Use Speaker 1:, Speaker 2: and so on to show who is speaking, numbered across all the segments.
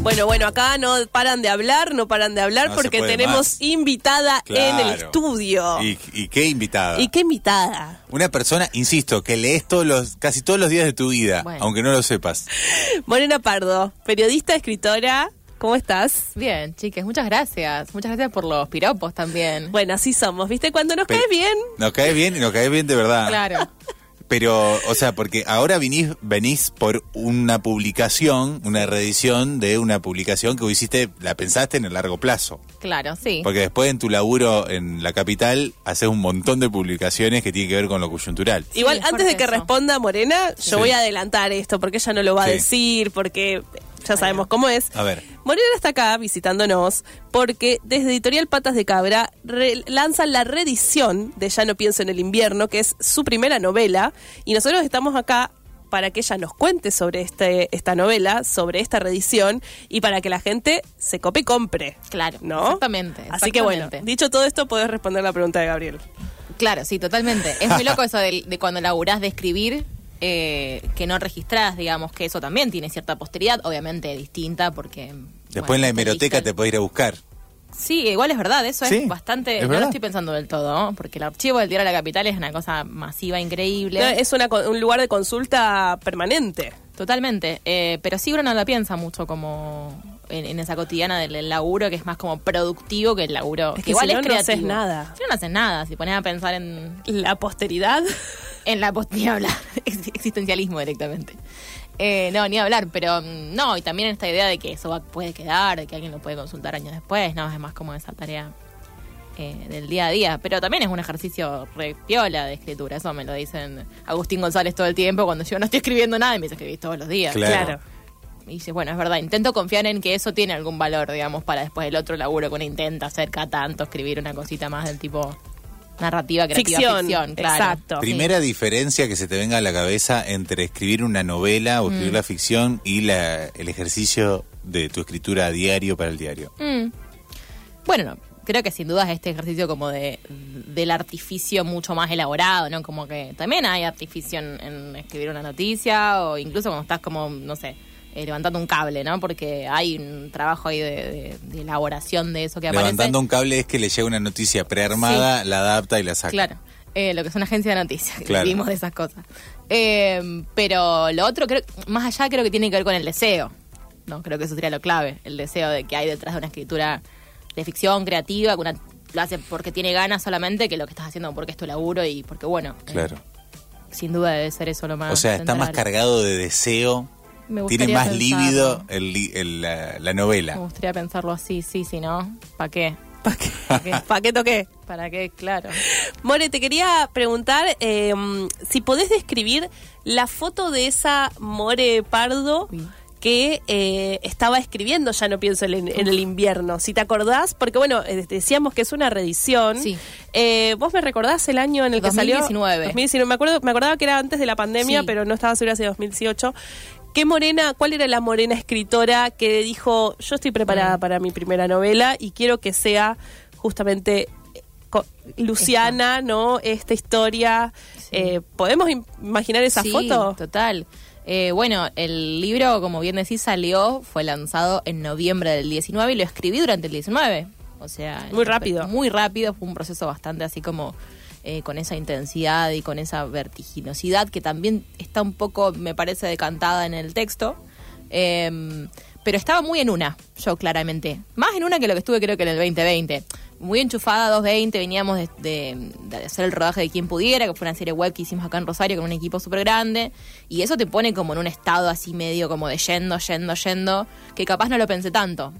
Speaker 1: Bueno, bueno, acá no paran de hablar, no paran de hablar
Speaker 2: No se
Speaker 1: porque
Speaker 2: puede
Speaker 1: tenemos
Speaker 2: más.
Speaker 1: invitada en el
Speaker 2: Claro.
Speaker 3: Oh.
Speaker 1: estudio.
Speaker 2: ¿Y, y qué invitada?
Speaker 1: ¿Y qué invitada?
Speaker 2: Una persona, insisto, que lees todos los, casi todos los días de tu vida,
Speaker 3: Bueno.
Speaker 2: aunque no lo sepas.
Speaker 1: Morena Pardo, periodista, escritora, ¿cómo estás?
Speaker 3: Bien, chiques, muchas gracias. Muchas gracias por los piropos también.
Speaker 1: Bueno, así somos, ¿viste? Cuando nos
Speaker 2: Pe-
Speaker 1: cae bien.
Speaker 2: Nos caes bien, nos caes bien de verdad.
Speaker 3: Claro.
Speaker 2: Pero, o sea, porque ahora vinís, venís por una publicación, una reedición de una publicación que vos hiciste, la pensaste en el largo plazo.
Speaker 3: Claro, sí.
Speaker 2: Porque después en tu laburo en la capital haces un montón de publicaciones que tienen que ver con lo coyuntural.
Speaker 1: Igual,
Speaker 3: es
Speaker 1: antes de
Speaker 3: fuerte
Speaker 1: que
Speaker 3: eso.
Speaker 1: responda Morena, yo
Speaker 2: Sí.
Speaker 1: voy a adelantar esto porque ella no lo va a
Speaker 2: Sí.
Speaker 1: decir, porque ya sabemos cómo es.
Speaker 2: A ver.
Speaker 1: Morena está acá visitándonos porque desde Editorial Patas de Cabra re- lanzan la reedición de Ya no pienso en el invierno, que es su primera novela, y nosotros estamos acá para que ella nos cuente sobre este, esta novela, sobre esta reedición, y para que la gente se cope y compre.
Speaker 3: Claro,
Speaker 1: ¿no?
Speaker 3: exactamente,
Speaker 1: Así que bueno,
Speaker 3: exactamente.
Speaker 1: dicho todo esto, podés responder la pregunta de Gabriel.
Speaker 3: Claro, sí, totalmente. Es muy loco eso del- de, cuando laburás de escribir, eh, que no registrás, digamos, que eso también tiene cierta posteridad, obviamente distinta, porque.
Speaker 2: Después
Speaker 3: bueno,
Speaker 2: en la
Speaker 3: está
Speaker 2: hemeroteca
Speaker 3: lista.
Speaker 2: te podés ir a buscar.
Speaker 3: Sí, igual es verdad, eso
Speaker 2: Sí,
Speaker 3: es bastante.
Speaker 2: es
Speaker 3: no
Speaker 2: verdad.
Speaker 3: lo estoy pensando del todo, ¿no? porque el archivo del Diario de la Capital es una cosa masiva, increíble.
Speaker 1: No, es una co- un lugar de consulta permanente.
Speaker 3: Totalmente, eh, pero sí uno no la piensa mucho como en, en esa cotidiana del, del laburo que es más como productivo que el laburo.
Speaker 1: Es que
Speaker 3: igual
Speaker 1: si
Speaker 3: es
Speaker 1: no, no
Speaker 3: creativo.
Speaker 1: haces nada.
Speaker 3: Si no, no haces nada, si pones a pensar en,
Speaker 1: La posteridad.
Speaker 3: en la post, ni hablar, Ex- existencialismo directamente. Eh, no, ni hablar, pero mm, no, y también esta idea de que eso va- puede quedar, de que alguien lo puede consultar años después, no, es más como esa tarea eh, del día a día, pero también es un ejercicio re piola de escritura, eso me lo dicen Agustín González todo el tiempo, cuando yo no estoy escribiendo nada y me dice escribís todos los días.
Speaker 2: Claro.
Speaker 3: Y dices, bueno, es verdad, intento confiar en que eso tiene algún valor, digamos, para después el otro laburo que uno intenta hacer cada tanto, escribir una cosita más del tipo narrativa creativa,
Speaker 1: Ficción,
Speaker 3: ficción, claro.
Speaker 1: exacto. Sí.
Speaker 2: Primera diferencia que se te venga a la cabeza entre escribir una novela o
Speaker 3: Mm.
Speaker 2: escribir la ficción y la, el ejercicio de tu escritura a diario para el diario.
Speaker 3: Mm. Bueno, no, creo que sin dudas este ejercicio como de del artificio mucho más elaborado, ¿no? Como que también hay artificio en, en escribir una noticia o incluso cuando estás como, no sé, eh, levantando un cable, ¿no? Porque hay un trabajo ahí de, de- de elaboración de eso que aparece.
Speaker 2: Levantando un cable es que le llega una noticia prearmada, la adapta y la saca.
Speaker 3: Claro, eh, lo que es una agencia de noticias, que
Speaker 2: Claro.
Speaker 3: vivimos de esas cosas. Eh, pero lo otro, creo, más allá, creo que tiene que ver con el deseo. No, creo que eso sería lo clave, el deseo de que hay detrás de una escritura de ficción creativa, que una lo hace porque tiene ganas solamente, que lo que estás haciendo porque es tu laburo y porque, bueno, eh,
Speaker 2: Claro.
Speaker 3: sin duda debe ser eso lo más...
Speaker 2: O sea, está más
Speaker 3: central.
Speaker 2: cargado de deseo,
Speaker 3: Eh, Me
Speaker 2: tiene
Speaker 3: gustaría
Speaker 2: más
Speaker 3: pensarlo. Uh.
Speaker 2: lívido el li- el, la, la
Speaker 3: Me
Speaker 2: novela.
Speaker 3: gustaría pensarlo así, sí, sí, ¿no? ¿Para qué?
Speaker 1: ¿Para qué?
Speaker 3: ¿Para qué?
Speaker 1: ¿Para qué toqué?
Speaker 3: ¿Para qué? Claro.
Speaker 1: More, te quería preguntar eh, si podés describir la foto de esa More Pardo
Speaker 3: Uy.
Speaker 1: que eh, estaba escribiendo, ya no pienso en, el- en el invierno, si te acordás, porque bueno, eh, decíamos que es una reedición.
Speaker 3: Sí.
Speaker 1: Eh, ¿Vos me recordás el año en el que salió?
Speaker 3: 2019.
Speaker 1: 2019. Me, acuerdo, me acordaba que era antes de la pandemia,
Speaker 3: Sí.
Speaker 1: pero no estaba segura si 2018. ¿Qué morena, cuál era la morena escritora que dijo, yo estoy
Speaker 3: Mm.
Speaker 1: preparada para mi primera novela y quiero que sea justamente eh, co- Luciana, ¿no? Esta historia.
Speaker 3: Sí.
Speaker 1: Eh, ¿Podemos im- imaginar esa
Speaker 3: Sí,
Speaker 1: foto?
Speaker 3: Total. Eh, bueno, el libro, como bien decís, salió, fue lanzado en noviembre del 19 y lo escribí durante el 19. O sea,
Speaker 1: Muy
Speaker 3: el-
Speaker 1: rápido.
Speaker 3: Muy rápido, fue un proceso bastante así como eh, con esa intensidad y con esa vertiginosidad que también está un poco, me parece, decantada en el texto. Eh, pero estaba muy en una, yo claramente. Más en una que lo que estuve creo que en el 2020. Muy enchufada, 220, veníamos de, de- de hacer el rodaje de Quien Pudiera, que fue una serie web que hicimos acá en Rosario con un equipo súper grande. Y eso te pone como en un estado así medio como de yendo, yendo, yendo, que capaz no lo pensé tanto.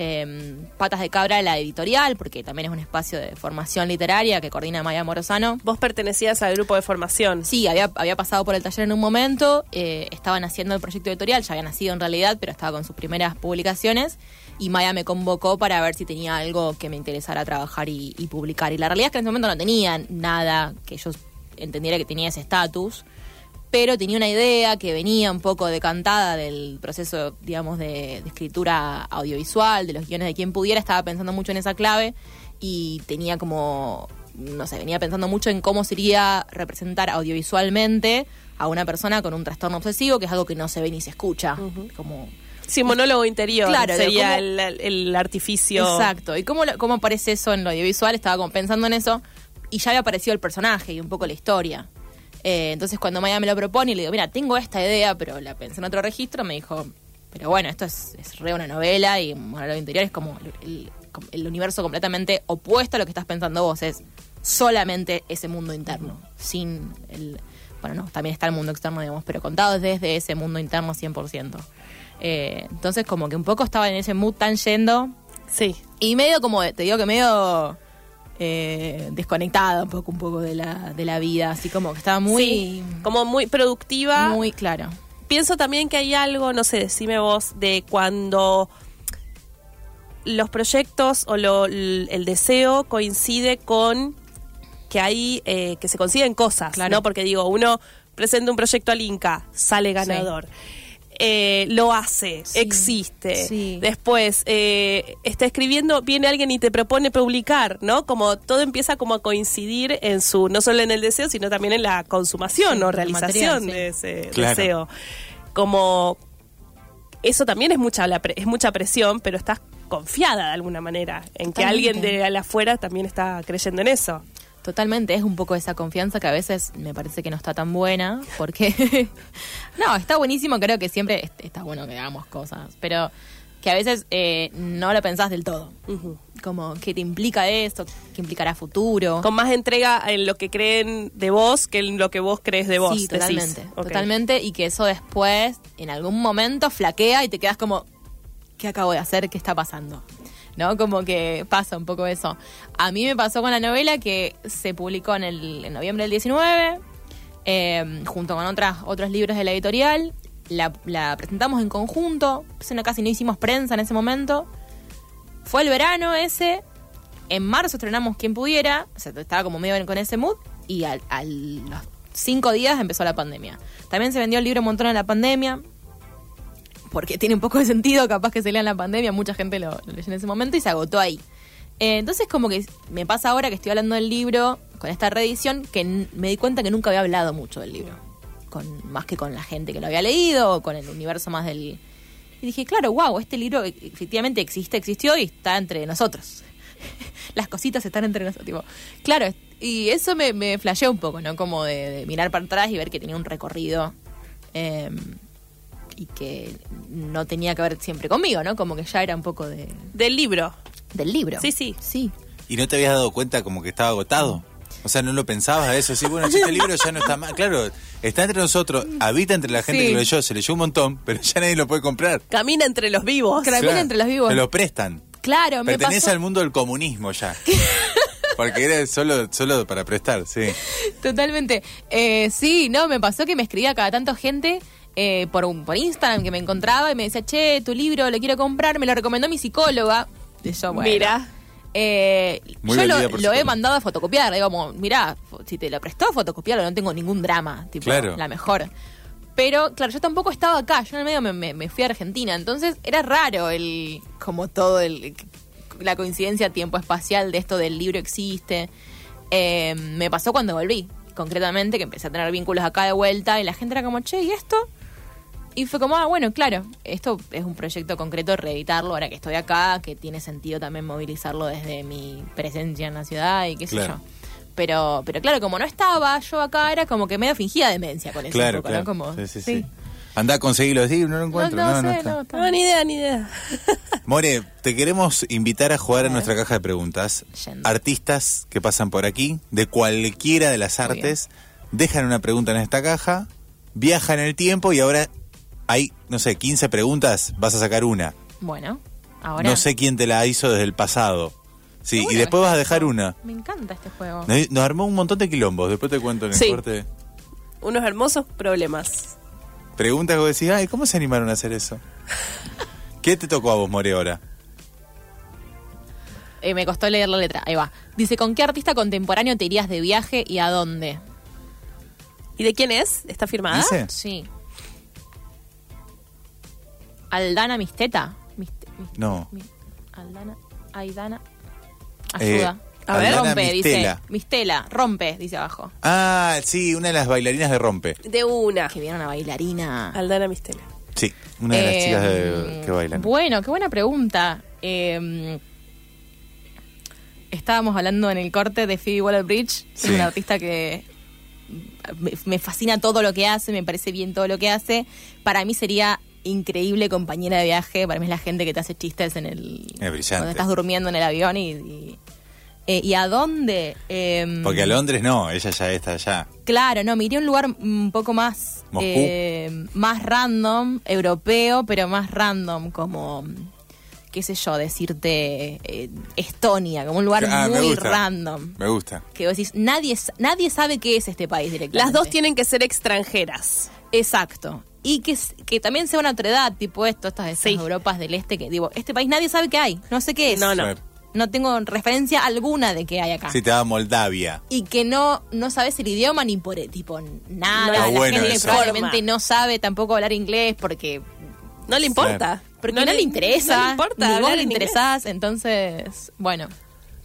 Speaker 3: Eh, Patas de Cabra, la editorial, porque también es un espacio de formación literaria que coordina Maya Morosano.
Speaker 1: Vos pertenecías al grupo de formación.
Speaker 3: Sí, había, había pasado por el taller en un momento, eh, estaban haciendo el proyecto editorial, ya había nacido en realidad, pero estaba con sus primeras publicaciones y Maya me convocó para ver si tenía algo que me interesara trabajar y, y publicar. Y la realidad es que en ese momento no tenía nada que yo entendiera que tenía ese estatus, pero tenía una idea que venía un poco decantada del proceso, digamos, de, de escritura audiovisual, de los guiones de quien pudiera, estaba pensando mucho en esa clave y tenía como, no sé, venía pensando mucho en cómo sería representar audiovisualmente a una persona con un trastorno obsesivo, que es algo que no se ve ni se escucha, como
Speaker 1: Sí, monólogo interior
Speaker 3: Claro, de
Speaker 1: sería
Speaker 3: cómo-
Speaker 1: el, el artificio.
Speaker 3: Exacto. ¿Y cómo, lo- cómo aparece eso en lo audiovisual? Estaba como pensando en eso y ya había aparecido el personaje y un poco la historia. Eh, entonces cuando Maya me lo propone y le digo, mira, tengo esta idea, pero la pensé en otro registro, me dijo, pero bueno, esto es, es re una novela y un monólogo interior es como el, el- el universo completamente opuesto a lo que estás pensando vos, es solamente ese mundo interno, sin el... Bueno, no, también está el mundo externo, digamos, pero contado desde ese mundo interno 100%. Eh, entonces como que un poco estaba en ese mood tan yendo,
Speaker 1: Sí.
Speaker 3: y medio como, te digo que medio eh, desconectada un poco, un poco de la, de la vida, así como que estaba muy,
Speaker 1: Sí, como muy productiva.
Speaker 3: muy claro.
Speaker 1: Pienso también que hay algo, no sé, decime vos, de cuando los proyectos o lo- l- el deseo coincide con que hay eh, que se consiguen cosas,
Speaker 3: Claro.
Speaker 1: ¿no? Porque digo, uno presenta un proyecto al Inca, sale ganador. Eh, lo hace,
Speaker 3: Sí,
Speaker 1: existe.
Speaker 3: sí.
Speaker 1: Después eh, está escribiendo, viene alguien y te propone publicar, ¿no? Como todo empieza como a coincidir en su, no solo en el deseo, sino también en la consumación
Speaker 3: Sí,
Speaker 1: o
Speaker 3: el material,
Speaker 1: realización
Speaker 3: sí.
Speaker 1: de ese
Speaker 2: Claro.
Speaker 1: deseo. Como eso también es mucha, la pre- es mucha presión, pero estás confiada de alguna manera en que
Speaker 3: Totalmente.
Speaker 1: alguien de al afuera también está creyendo en eso.
Speaker 3: Totalmente, es un poco esa confianza que a veces me parece que no está tan buena, porque... no, está buenísimo, creo que siempre est- está bueno que hagamos cosas, pero que a veces eh, no lo pensás del todo. Como, ¿qué te implica esto? ¿Qué implicará futuro?
Speaker 1: Con más entrega en lo que creen de vos que en lo que vos crees de vos.
Speaker 3: Sí,
Speaker 1: decís.
Speaker 3: totalmente.
Speaker 1: Ok.
Speaker 3: Totalmente. Y que eso después, en algún momento, flaquea y te quedas como, ¿qué acabo de hacer? ¿Qué está pasando? ¿No? Como que pasa un poco eso. A mí me pasó con la novela que se publicó en, el, en noviembre del 19, eh, junto con otras, otros libros de la editorial. La, la presentamos en conjunto. pues, no- Casi no hicimos prensa en ese momento. Fue el verano ese. En marzo estrenamos Quien Pudiera. O sea, estaba como medio con ese mood. Y al- a los cinco días empezó la pandemia. También se vendió el libro un montón en la pandemia. Porque tiene un poco de sentido, capaz que se lea en la pandemia. Mucha gente lo, lo leyó en ese momento y se agotó ahí. Eh, entonces, como que me pasa ahora que estoy hablando del libro con esta reedición, que n- me di cuenta que nunca había hablado mucho del libro. Con, más que con la gente que lo había leído, o con el universo más del, y dije, claro, wow, este libro e- efectivamente existe, existió y está entre nosotros. Las cositas están entre nosotros. Tipo, claro, es- y eso me, me flasheó un poco, ¿no? Como de, de mirar para atrás y ver que tenía un recorrido eh, y que no tenía que ver siempre conmigo, ¿no? Como que ya era un poco de,
Speaker 1: Del libro.
Speaker 3: del libro.
Speaker 1: Sí, sí.
Speaker 3: Sí.
Speaker 2: ¿Y no te habías dado cuenta como que estaba agotado? O sea, no lo pensabas eso. Sí, bueno, ya este libro ya no está más. Claro, está entre nosotros, habita entre la gente
Speaker 3: Sí.
Speaker 2: que lo leyó, se leyó un montón, pero ya nadie lo puede comprar.
Speaker 1: Camina entre los vivos.
Speaker 3: Claro. Camina entre los vivos.
Speaker 2: Te lo prestan.
Speaker 3: Claro, me
Speaker 2: Pertenece
Speaker 3: pasó.
Speaker 2: al mundo del comunismo ya. Porque era solo, solo para prestar, sí.
Speaker 3: Totalmente. Eh, sí, no, me pasó que me escribía cada tanto gente eh, por, un- por Instagram que me encontraba y me decía, che, tu libro lo quiero comprar, me lo recomendó mi psicóloga. Y yo, bueno.
Speaker 1: Mira.
Speaker 3: Eh,
Speaker 2: Muy
Speaker 3: yo lo,
Speaker 2: vendida por
Speaker 3: lo he
Speaker 2: psicóloga.
Speaker 3: mandado a fotocopiar. Digo, como, mirá, fo- si te lo prestó, fotocopiarlo, no tengo ningún drama. Tipo,
Speaker 2: Claro.
Speaker 3: la mejor. Pero, claro, yo tampoco estaba acá, yo en el medio me, me- me fui a Argentina, entonces era raro el, como todo el, la coincidencia tiempo-espacial de esto del libro existe. Eh, me pasó cuando volví, concretamente, que empecé a tener vínculos acá de vuelta y la gente era como, che, ¿y esto? Y fue como, ah, bueno, claro, esto es un proyecto concreto, reeditarlo ahora que estoy acá, que tiene sentido también movilizarlo desde mi presencia en la ciudad y qué sé
Speaker 2: Claro.
Speaker 3: yo. Pero, pero claro, como no estaba yo acá, era como que medio fingía demencia con eso.
Speaker 2: Claro,
Speaker 3: un poco,
Speaker 2: claro.
Speaker 3: ¿no? Como,
Speaker 2: sí, sí, sí. Andá a conseguir los libros, no lo
Speaker 3: No,
Speaker 2: encuentro.
Speaker 3: no,
Speaker 2: no, no
Speaker 3: sé,
Speaker 2: está.
Speaker 3: no, está
Speaker 1: No, ni idea, ni idea.
Speaker 2: More, te queremos invitar a jugar a nuestra caja de preguntas.
Speaker 3: Yendo.
Speaker 2: Artistas que pasan por aquí, de cualquiera de las
Speaker 3: Muy
Speaker 2: artes, dejan una pregunta en esta caja, viajan en el tiempo y ahora hay, no sé, 15 preguntas, vas a sacar una.
Speaker 3: Bueno, ahora.
Speaker 2: No sé quién te la hizo desde el pasado. Sí,
Speaker 3: Seguro
Speaker 2: y
Speaker 3: que
Speaker 2: después
Speaker 3: está
Speaker 2: vas a dejar
Speaker 3: esto.
Speaker 2: una.
Speaker 3: Me encanta este juego.
Speaker 2: Nos, nos armó un montón de quilombos, después te cuento en el
Speaker 1: Sí.
Speaker 2: corte.
Speaker 1: Unos hermosos problemas.
Speaker 2: Preguntas que vos decís, ay, ¿cómo se animaron a hacer eso? ¿Qué te tocó a vos, More, ahora?
Speaker 3: Eh, me costó leer la letra. Ahí va. Dice: ¿Con qué artista contemporáneo te irías de viaje y a dónde?
Speaker 1: ¿Y de quién es? ¿Está firmada?
Speaker 2: ¿Dice?
Speaker 3: Sí. Aldana Misteta. Mist- Mist-
Speaker 2: No.
Speaker 3: Mi- Aldana. Aidana.
Speaker 2: Eh,
Speaker 3: Ayuda.
Speaker 1: a ver.
Speaker 2: Aldana
Speaker 3: rompe,
Speaker 2: Mistela.
Speaker 3: dice. Mistela, rompe, dice abajo.
Speaker 2: Ah, sí, una de las bailarinas de Rompe.
Speaker 1: De una.
Speaker 3: Que viene una bailarina. Ah,
Speaker 1: Aldana Mistela.
Speaker 2: Sí, una de las chicas de-
Speaker 3: Eh,
Speaker 2: que bailan.
Speaker 3: Bueno, qué buena pregunta. Eh, estábamos hablando en el corte de Phoebe Waller-Bridge,
Speaker 2: Sí.
Speaker 3: es una artista que me, me fascina todo lo que hace, me parece bien todo lo que hace. Para mí sería increíble compañera de viaje, para mí es la gente que te hace chistes en el...
Speaker 2: Es brillante.
Speaker 3: Cuando estás durmiendo en el avión y... ¿Y, eh, ¿y a dónde? Em,
Speaker 2: Porque a Londres no, ella ya está allá.
Speaker 3: Claro, no, me iría a un lugar un poco más.
Speaker 2: Moscú.
Speaker 3: eh, más random, europeo, pero más random, como. qué sé yo, decirte. eh, Estonia, como un lugar
Speaker 2: Ah, me
Speaker 3: muy
Speaker 2: gusta.
Speaker 3: random.
Speaker 2: Me gusta.
Speaker 3: Que vos decís, nadie, s- nadie sabe qué es este país directamente.
Speaker 1: Las dos tienen que ser extranjeras.
Speaker 3: Exacto. Y que, s- que también sea una otra edad, tipo esto, estas, estas
Speaker 1: Sí.
Speaker 3: Europas del Este, que digo, este país nadie sabe qué hay, no sé qué es.
Speaker 1: No, no.
Speaker 2: Claro.
Speaker 3: No tengo referencia alguna de qué hay
Speaker 1: Ah.
Speaker 3: acá.
Speaker 2: Sí, te va a Moldavia.
Speaker 3: y que no no sabes el idioma ni por e, tipo nada
Speaker 1: No,
Speaker 3: Ah, la
Speaker 2: bueno,
Speaker 3: gente
Speaker 2: eso.
Speaker 3: probablemente
Speaker 1: Forma.
Speaker 3: no sabe tampoco hablar inglés porque
Speaker 1: No le importa.
Speaker 3: porque no, le interesa
Speaker 1: No le importa.
Speaker 3: ni vos
Speaker 1: hablar
Speaker 3: le
Speaker 1: en inglés.
Speaker 3: interesás entonces bueno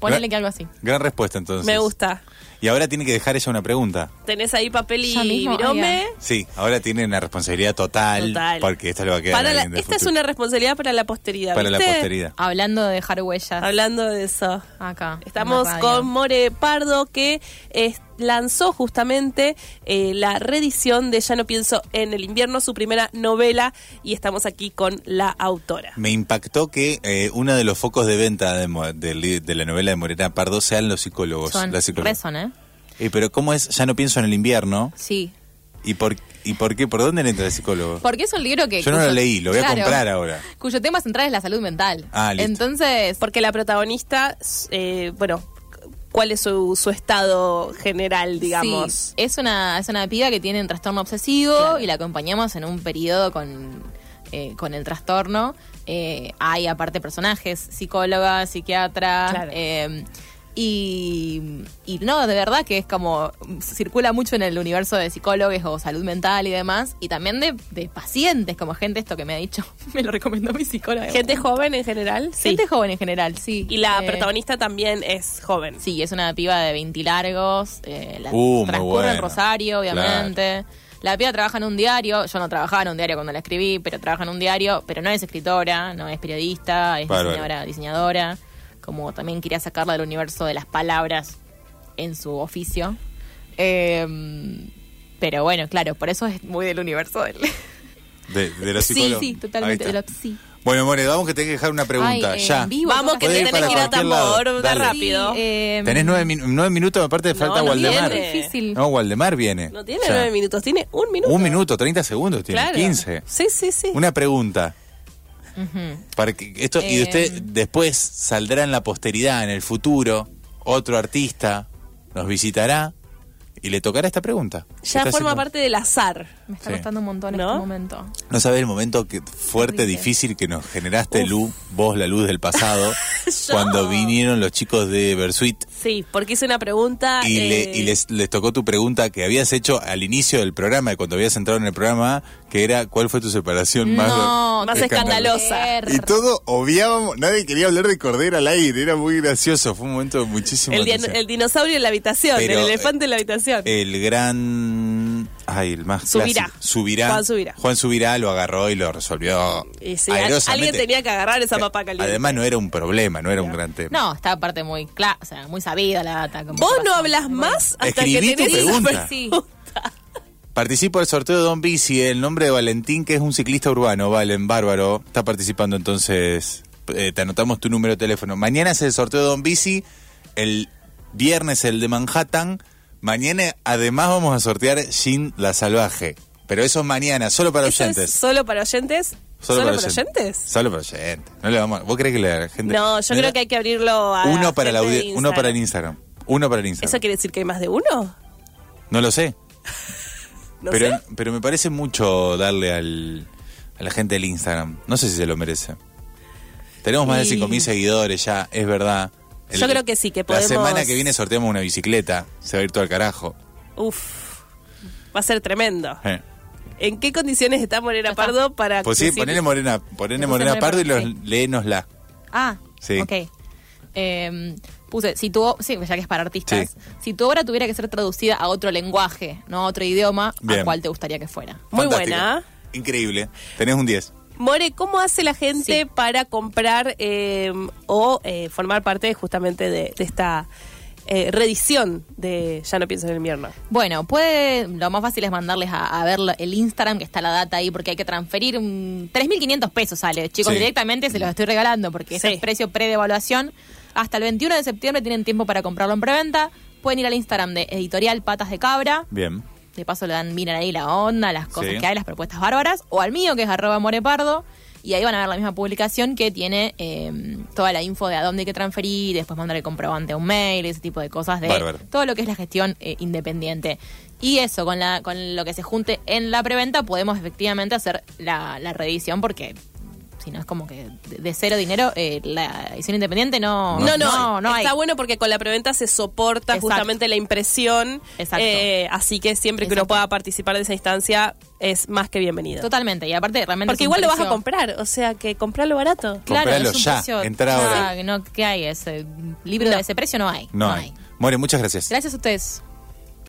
Speaker 3: ponele que algo así
Speaker 2: Gran respuesta entonces.
Speaker 1: Me gusta.
Speaker 2: Y ahora tiene que dejar ella una pregunta.
Speaker 1: Tenés ahí papel
Speaker 3: Ya
Speaker 1: y
Speaker 3: mismo,
Speaker 1: virome.
Speaker 3: oiga.
Speaker 2: Sí, ahora tiene una responsabilidad total,
Speaker 1: Total.
Speaker 2: porque esta le va a quedar a
Speaker 1: Para la-
Speaker 2: alguien del
Speaker 1: esta es
Speaker 2: futuro.
Speaker 1: una responsabilidad para la posteridad.
Speaker 2: para la
Speaker 1: ¿viste?
Speaker 2: posteridad.
Speaker 3: hablando de dejar huellas
Speaker 1: Hablando de eso.
Speaker 3: acá
Speaker 1: Estamos
Speaker 3: en la radio.
Speaker 1: con More Pardo que eh, lanzó justamente eh, la reedición de Ya no pienso en el invierno, su primera novela, y estamos aquí con la autora.
Speaker 2: Me impactó que eh, uno de los focos de venta de, Mo- del li- de la novela de Morena Pardo sean los psicólogos.
Speaker 3: son
Speaker 2: las psicólogas.
Speaker 3: rezan, eh
Speaker 2: Eh, pero ¿cómo es? Ya no pienso en el invierno.
Speaker 3: sí
Speaker 2: ¿Y por, y por qué? ¿Por dónde le entra el psicólogo?
Speaker 3: porque es un libro que
Speaker 2: Yo no
Speaker 3: cuyo-
Speaker 2: lo leí, lo voy a
Speaker 3: claro,
Speaker 2: comprar ahora.
Speaker 3: cuyo tema central es la salud mental
Speaker 2: Ah, listo.
Speaker 3: entonces
Speaker 1: Porque la protagonista, eh, bueno, ¿cuál es su, su estado general, digamos?
Speaker 3: Sí, es una, es una piba que tiene un trastorno obsesivo
Speaker 1: Claro.
Speaker 3: y la acompañamos en un periodo con, eh, con el trastorno. Eh, hay aparte personajes, psicóloga, psiquiatra.
Speaker 1: Claro.
Speaker 3: eh, y, y no, de verdad que es como circula mucho en el universo de psicólogos o salud mental y demás, y también de, de pacientes, como gente, esto que me ha dicho, me lo recomendó mi psicóloga.
Speaker 1: Gente joven en general, sí.
Speaker 3: Eh, Gente joven en general, sí.
Speaker 1: y la
Speaker 3: Eh,
Speaker 1: protagonista también es joven.
Speaker 3: Sí, es una piba de 20 largos. Eh, la
Speaker 2: Uh, muy
Speaker 3: transcurre en
Speaker 2: bueno.
Speaker 3: Rosario, obviamente. La piba trabaja en un diario. Yo no trabajaba en un diario cuando la escribí, pero trabaja en un diario. Pero no es escritora, no es periodista, es
Speaker 2: Bárbaro.
Speaker 3: diseñadora, diseñadora. Como también quería sacarla del universo de las palabras en su oficio. Eh, pero bueno, claro, por eso es muy del universo del.
Speaker 2: De, de los
Speaker 3: Sí,
Speaker 2: psicólogos.
Speaker 3: sí, totalmente.
Speaker 2: Ahí
Speaker 3: De
Speaker 2: está.
Speaker 3: los, sí.
Speaker 2: Bueno, More, vamos que tenés que dejar una pregunta.
Speaker 3: Ay, eh,
Speaker 2: ya.
Speaker 3: en vivo,
Speaker 1: Vamos,
Speaker 3: toca
Speaker 1: que
Speaker 2: Podés
Speaker 1: te
Speaker 2: ir
Speaker 1: tenés
Speaker 2: para
Speaker 1: que ir a
Speaker 2: cualquier lado,
Speaker 1: tambor, de
Speaker 2: dale.
Speaker 1: rápido.
Speaker 3: Sí, eh,
Speaker 2: Tenés nueve, min- nueve minutos, aparte te falta
Speaker 1: no
Speaker 2: Waldemar.
Speaker 3: Es
Speaker 1: tiene.
Speaker 3: difícil.
Speaker 2: No, Waldemar viene.
Speaker 1: No tiene
Speaker 2: Ya.
Speaker 1: nueve minutos, tiene un minuto.
Speaker 2: Un minuto, 30 segundos, tiene
Speaker 1: claro.
Speaker 2: 15.
Speaker 1: Sí, sí, sí.
Speaker 2: Una pregunta.
Speaker 3: Ujú.
Speaker 2: Para que esto, Y
Speaker 3: Eh,
Speaker 2: usted
Speaker 1: mm.
Speaker 2: después saldrá en la posteridad, en el futuro, otro artista nos visitará y le tocará esta pregunta.
Speaker 1: Ya
Speaker 2: Está
Speaker 1: forma
Speaker 2: haciendo-
Speaker 1: parte del azar.
Speaker 3: Me está
Speaker 2: Sí.
Speaker 3: costando un montón en
Speaker 1: ¿No?
Speaker 3: este momento.
Speaker 2: No sabes el momento que fuerte,
Speaker 3: Horrible.
Speaker 2: difícil que nos generaste,
Speaker 1: Uf.
Speaker 2: Lu, vos, la luz del pasado, cuando vinieron los chicos de Versuit
Speaker 1: Sí, porque hice una pregunta.
Speaker 2: y, le-
Speaker 1: eh,
Speaker 2: y les, les tocó tu pregunta que habías hecho al inicio del programa, cuando habías entrado en el programa, que era ¿cuál fue tu separación
Speaker 3: No,
Speaker 2: más,
Speaker 1: Más
Speaker 3: qué
Speaker 1: escandalosa.
Speaker 3: perra.
Speaker 2: Y todo obviábamos, nadie quería hablar de Cordera al aire, era muy gracioso, fue un momento de muchísimo
Speaker 1: el,
Speaker 2: atención.
Speaker 1: dia- el dinosaurio en la habitación,
Speaker 2: Pero, eh,
Speaker 1: el elefante en la habitación.
Speaker 2: El gran... Ay, el más
Speaker 1: Subirá.
Speaker 2: clásico. Subirá.
Speaker 1: Juan Subirá.
Speaker 2: Juan Subirá lo agarró y lo resolvió
Speaker 1: Y Eh, sí, al-
Speaker 2: airosamente.
Speaker 1: alguien tenía que agarrar esa papa caliente.
Speaker 2: Además no era un problema, no era un gran tema.
Speaker 3: No, está aparte muy clara, o sea, muy sabida la data. como
Speaker 1: Vos
Speaker 3: que
Speaker 1: no
Speaker 3: pasa.
Speaker 1: hablas
Speaker 3: Muy-
Speaker 1: más hasta
Speaker 2: Escribí
Speaker 1: que
Speaker 2: tu
Speaker 1: tenés esa
Speaker 2: pregunta.
Speaker 1: per-
Speaker 3: Sí.
Speaker 2: Participo del sorteo de Don Bici, el nombre de Valentín, que es un ciclista urbano, Valen, bárbaro. Está participando entonces, eh, te anotamos tu número de teléfono. Mañana es el sorteo de Don Bici, el viernes el de Manhattan. Mañana además vamos a sortear Jean la Salvaje. Pero eso es mañana, solo para
Speaker 1: Eso es
Speaker 2: oyentes.
Speaker 1: solo para oyentes. Solo, para, oyentes.
Speaker 2: Solo para oyentes. No le vamos a- ¿Vos crees que la gente.?
Speaker 1: No, yo creo que hay que abrirlo a.
Speaker 2: Uno para, la
Speaker 1: gente de
Speaker 2: audi- uno para el
Speaker 1: Instagram.
Speaker 2: Instagram. Uno para el Instagram.
Speaker 1: ¿Eso quiere decir que hay más de uno?
Speaker 2: No lo sé.
Speaker 1: No
Speaker 2: pero,
Speaker 1: sé.
Speaker 2: pero me parece mucho darle al, a la gente del Instagram. No sé si se lo merece. Tenemos más de
Speaker 1: Y-
Speaker 2: 5.000 seguidores ya, es verdad.
Speaker 1: Yo creo que sí, que podemos-
Speaker 2: La semana que viene sorteamos una bicicleta. Se va a ir todo al carajo.
Speaker 1: Uf. Va a ser tremendo.
Speaker 2: Eh.
Speaker 1: ¿En qué condiciones está Morena
Speaker 3: Ya está.
Speaker 1: Pardo para
Speaker 2: Pues sí,
Speaker 1: decir-
Speaker 2: ponele morena, ponele
Speaker 3: Entonces
Speaker 2: morena
Speaker 3: ponele
Speaker 2: pardo y los,
Speaker 3: Morena,
Speaker 2: léenosla.
Speaker 3: Ah,
Speaker 2: Sí.
Speaker 3: ok. Eh, puse, si tu, o- sí, ya que es para artistas,
Speaker 2: Sí.
Speaker 3: si tu obra tuviera que ser traducida a otro lenguaje, no a otro idioma,
Speaker 2: Bien.
Speaker 3: ¿a cuál te gustaría que fuera?
Speaker 1: Muy
Speaker 2: Fantástico.
Speaker 1: buena.
Speaker 2: Increíble. Tenés un 10.
Speaker 1: More, ¿cómo hace la gente para comprar eh, o eh, formar parte justamente de, de esta eh, reedición de Ya no pienso en el invierno?
Speaker 3: Bueno, puede, lo más fácil es mandarles a, a ver lo- el Instagram, que está la data ahí, porque hay que transferir un 3.500 pesos, sale. Chicos,
Speaker 2: Sí.
Speaker 3: directamente se los estoy regalando, porque es
Speaker 1: Sí.
Speaker 3: el precio pre-devaluación. Hasta el 21 de septiembre tienen tiempo para comprarlo en preventa. Pueden ir al Instagram de Editorial Patas de Cabra.
Speaker 2: Bien.
Speaker 3: De paso le dan, miran ahí la onda, las cosas
Speaker 2: Sí.
Speaker 3: que hay, las propuestas bárbaras. O al mío, que es arroba morepardo. Y ahí van a ver la misma publicación que tiene eh, toda la info de a dónde hay que transferir, después mandar el comprobante a un mail, ese tipo de cosas de
Speaker 2: Bárbaro.
Speaker 3: todo lo que es la gestión eh, independiente. Y eso, con, la, con lo que se junte en la preventa, podemos efectivamente hacer la, la reedición porque... Si no es como que de, de cero dinero, eh, la edición independiente no,
Speaker 1: No, no,
Speaker 3: hay.
Speaker 1: está bueno porque con la preventa se soporta
Speaker 3: Exacto.
Speaker 1: justamente la impresión.
Speaker 3: Exacto.
Speaker 1: eh, así que siempre que uno
Speaker 3: Exacto.
Speaker 1: pueda participar de esa instancia es más que bienvenido.
Speaker 3: Totalmente. Y aparte, realmente.
Speaker 1: Porque
Speaker 3: es un
Speaker 1: igual lo vas a
Speaker 3: precio-
Speaker 1: comprar, o sea que comprarlo barato.
Speaker 3: Claro,
Speaker 2: Compralo
Speaker 3: es un
Speaker 2: ya,
Speaker 3: precio-
Speaker 2: entra ahora.
Speaker 3: Ah, No, ¿Qué hay? Ese libro de ese precio no hay.
Speaker 2: No hay. More, muchas gracias.
Speaker 3: Gracias a ustedes.